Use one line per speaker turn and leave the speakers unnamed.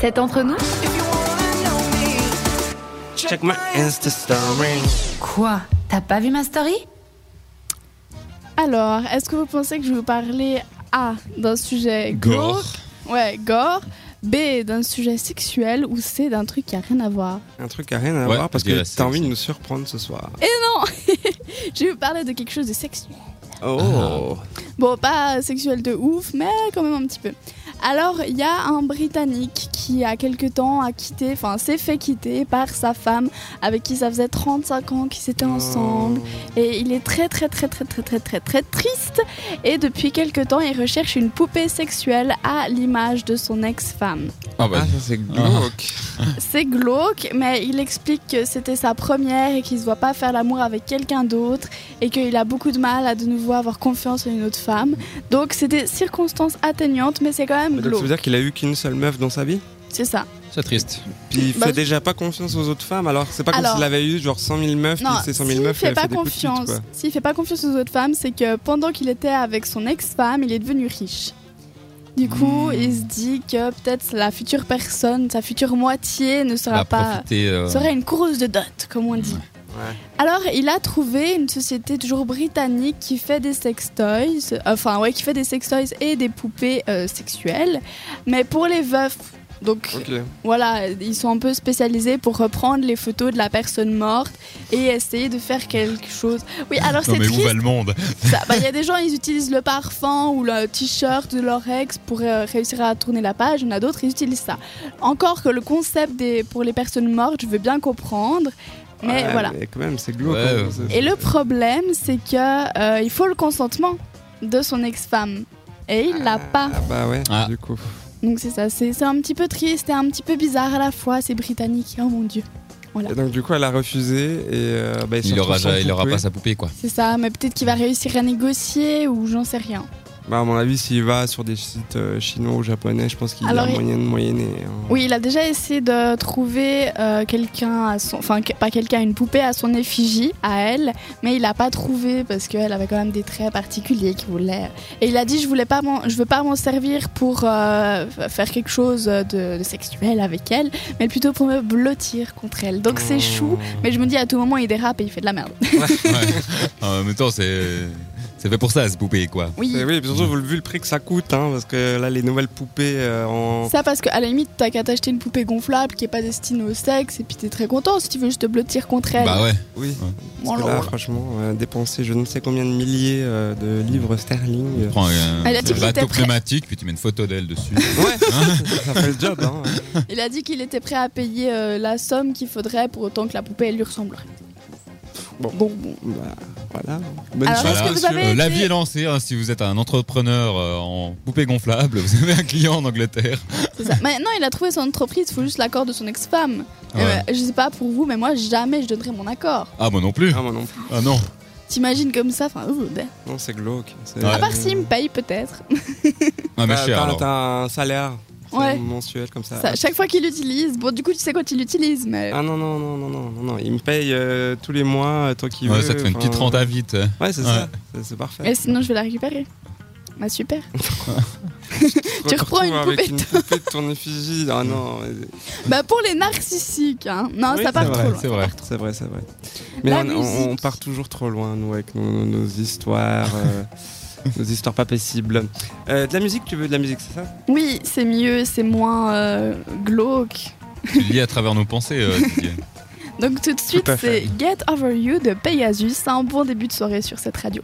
C'est entre nous
Check my Insta story.
Quoi T'as pas vu ma story
Alors, est-ce que vous pensez que je vais vous parler A d'un sujet gore, Ouais, gore. B d'un sujet sexuel ou C d'un truc qui a rien à voir
Un truc à rien à
Ouais,
voir parce
je dirais
que
ça,
t'as envie
ça.
de nous surprendre ce soir.
Eh Je vais vous parler de quelque chose de sexuel.
Oh
Bon, pas sexuel de ouf, mais quand même un petit peu. Alors, il y a un Britannique qui, il y a quelque temps, a quitté, enfin, s'est fait quitter par sa femme avec qui ça faisait 35 ans qu'ils
Oh.
étaient ensemble. Et il est très, très, très, très, très, très, très, très triste. Et depuis quelque temps, il recherche une poupée sexuelle à l'image de son ex-femme.
Ah bah,
Ah, ça c'est glauque.
C'est glauque, mais il explique que c'était sa première et qu'il se voit pas faire l'amour avec quelqu'un d'autre et qu'il a beaucoup de mal à de nouveau avoir confiance en une autre femme. Donc c'est des circonstances atteignantes, mais c'est quand même
Donc ça veut
glauque.
dire qu'il a eu qu'une seule meuf dans sa vie
C'est ça.
c'est triste.
Puis il
Bah,
fait déjà pas confiance aux autres femmes alors c'est pas comme
Alors-
s'il avait eu genre 100 000 meufs
Non,
puis c'est 100
s'il
000 meufs il
fait
avait
pas
des coups de pute,
confiance,
quoi.
s'il fait pas confiance aux autres femmes, c'est que pendant qu'il était avec son ex-femme, il est devenu riche.
Hmm.
Du coup, il se dit que peut-être la future personne, sa future moitié, ne sera
va
pas. Oh,
profiter. euh,
serait une course de dot, comme on dit.
Ouais.
Alors, il a trouvé une société toujours britannique qui fait des sextoys, euh, enfin ouais, qui fait des sextoys et des poupées euh, sexuelles, mais pour les veufs. Donc
Ok.
voilà, ils sont un peu spécialisés pour reprendre les photos de la personne morte et essayer de faire quelque chose. Oui, alors
Non
c'est
mais où
triste.
va le monde
ça. Bah, Il y a des gens, ils utilisent le parfum ou le t-shirt de leur ex pour euh, réussir à tourner la page. Il y en a d'autres, ils utilisent ça. Encore que le concept des, pour les personnes mortes, je veux bien comprendre. Mais
Ouais,
voilà.
Ah, Mais quand même c'est glauque.
Ouais,
hein,
ouais.
c'est-
Et le problème, c'est que euh, il faut le consentement de son ex-femme. Et il l'a pas.
Ah bah ouais,
Ah.
du coup.
Donc c'est ça, c'est c'est un petit peu triste et un petit peu bizarre à la fois. C'est britannique, oh mon dieu.
Et donc du coup elle a refusé et euh, bah, il, se
Il
retrouve
aura,
sans
ja- il aura
poupée.
pas sa poupée quoi.
C'est ça, mais peut-être qu'il va réussir à négocier ou j'en sais rien.
Bah à mon avis s'il va sur des sites euh, chinois ou japonais je pense qu'il y a
Alors, il-
moyen de moyenner. hein.
Oui, il a déjà essayé de trouver euh, quelqu'un à son, enfin que- pas quelqu'un, une poupée à son effigie, à elle, mais il l'a pas trouvé parce qu'elle avait quand même des traits particuliers qu'il voulait. Et il a dit je voulais pas, m'en- je veux pas m'en servir pour euh, f- faire quelque chose de, de sexuel avec elle, mais plutôt pour me blottir contre elle. Donc c'est
Oh.
chou, mais je me dis à tout moment il dérape et il fait de la merde.
en même temps, c'est c'est fait pour ça, ce poupée quoi.
Oui.
Et oui, et puis surtout, vous le- vu le prix que ça coûte, hein, parce que là, les nouvelles poupées euh, en.
Ça parce qu'à la limite t'as qu'à t'acheter une poupée gonflable qui est pas destinée au sexe et puis t'es très content si tu veux juste te blottir contre elle.
Bah ouais.
Oui,
Oh
parce que
là
là,
là.
franchement, euh, dépenser je ne sais combien de milliers euh, de livres sterling. euh,
Prends un
Elle a dit qu'il était
bateau
prêt.
pneumatique, puis tu mets une photo d'elle dessus.
Ouais, ça fait le job, hein.
Il a dit qu'il était prêt à payer euh, la somme qu'il faudrait pour autant que la poupée elle lui ressemblerait.
Bon.
Donc, bon.
Bah, voilà. Bonne
Alors,
chance.
est-ce Ah, que vous
monsieur.
avez
Euh, la
été-
vie est lancée, hein, si vous êtes un entrepreneur euh, en poupée gonflable, vous avez un client en Angleterre.
c'est ça. Maintenant, il a trouvé son entreprise, il faut juste l'accord de son ex-femme.
Ouais.
Euh, je sais pas pour vous, mais moi, jamais je donnerais mon accord.
Ah moi non plus.
Ah, moi non plus.
Ah non.
T'imagines comme ça enfin, ouh, ben.
Non, c'est glauque. c'est-
À part s'il me paye, peut-être.
Ah mais
T'as-
cher
t'as-
alors.
T'as un salaire c'est
Ouais.
mensuel comme ça.
Ça, chaque fois qu'il l'utilise, bon, du coup, tu sais quand il l'utilise, mais.
Ah non, non, non, non, non, non, non. Il me paye euh, tous les mois, euh, tant qu'il
Ouais,
veut.
ça te fait une
enfin,
petite rente à vite. hein.
Ouais, c'est
Ouais.
ça. C'est- C'est parfait.
Mais sinon, je vais la récupérer. Bah, super.
Surtout
reprends une
avec
poupée.
une poupée de ton effigie. Ah non,
bah, pour les narcissiques, hein. Non,
Oui,
ça part
c'est
trop
vrai,
loin.
c'est vrai.
C'est vrai, c'est vrai. Mais
La
on, on- on
musique.
part toujours trop loin, nous, avec nos, nos- nos histoires. euh, nos histoires pas paisibles. Euh, de la musique, tu veux de la musique, c'est ça
Oui, c'est mieux, c'est moins euh, glauque.
Tu lis à travers nos pensées. euh, Didier.
Donc tout de suite,
à
c'est Get Over You de Pegasus. C'est un bon début de soirée sur cette radio.